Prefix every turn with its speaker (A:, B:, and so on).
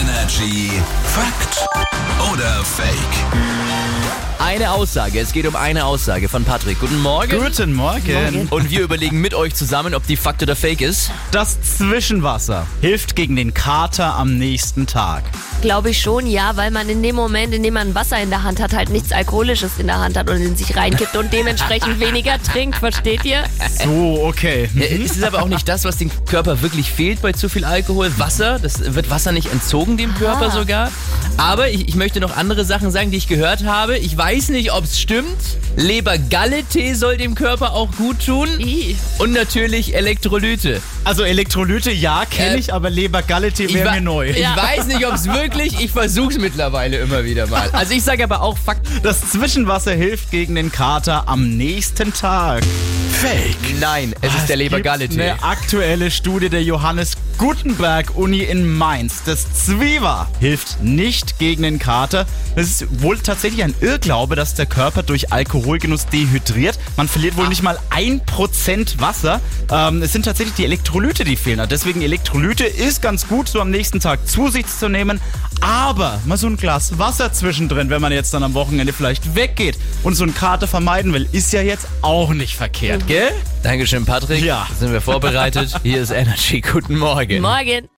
A: Energy Fakt oder Fake?
B: Eine Aussage, es geht um eine Aussage von Patrick. Guten Morgen.
C: Guten Morgen.
B: Und wir überlegen mit euch zusammen, ob die Fakt oder Fake ist.
C: Das Zwischenwasser hilft gegen den Kater am nächsten Tag.
D: Glaube ich schon, ja, weil man in dem Moment, in dem man Wasser in der Hand hat, halt nichts Alkoholisches in der Hand hat und in sich reinkippt und dementsprechend weniger trinkt, versteht ihr?
C: So, okay.
B: Ja, Es Äh, ist aber auch nicht das, was dem Körper wirklich fehlt bei zu viel Alkohol. Wasser, das wird Wasser nicht entzogen dem Körper sogar. Aber ich, ich möchte noch andere Sachen sagen, die ich gehört habe. Ich weiß nicht, ob es stimmt. Lebergalle-Tee soll dem Körper auch gut tun.
D: Ih.
B: Und natürlich Elektrolyte.
C: Also Elektrolyte, ja, kenne
B: Äh,
C: ich, aber Lebergalle-Tee wäre
B: wa-
C: mir neu.
B: Ich
D: Ja.
B: weiß nicht, ob es wirklich. Ich versuche es mittlerweile immer wieder mal. Also ich sage aber auch Fakt.
C: Das Zwischenwasser hilft gegen den Kater am nächsten Tag.
A: Fake.
B: Nein, es ist der
C: Es gibt
B: Lebergalle-Tee.
C: Eine aktuelle Studie der Johannes Gutenberg Uni in Mainz. Das Zwieber hilft nicht gegen den Kater. Es ist wohl tatsächlich ein Irrglaube, dass der Körper durch Alkoholgenuss dehydriert. Man verliert
B: Ah.
C: wohl nicht mal ein Prozent Wasser. Ähm, es sind tatsächlich die Elektrolyte, die fehlen. Deswegen Elektrolyte ist ganz gut, so am nächsten Tag zu sich zu nehmen. Aber mal so ein Glas Wasser zwischendrin, wenn man jetzt dann am Wochenende vielleicht weggeht und so einen Kater vermeiden will, ist ja jetzt auch nicht
B: Mhm.
C: verkehrt, gell?
B: Dankeschön, Patrick.
C: Ja.
B: Sind wir vorbereitet? Hier ist Energy. Guten Morgen.
D: Morgen.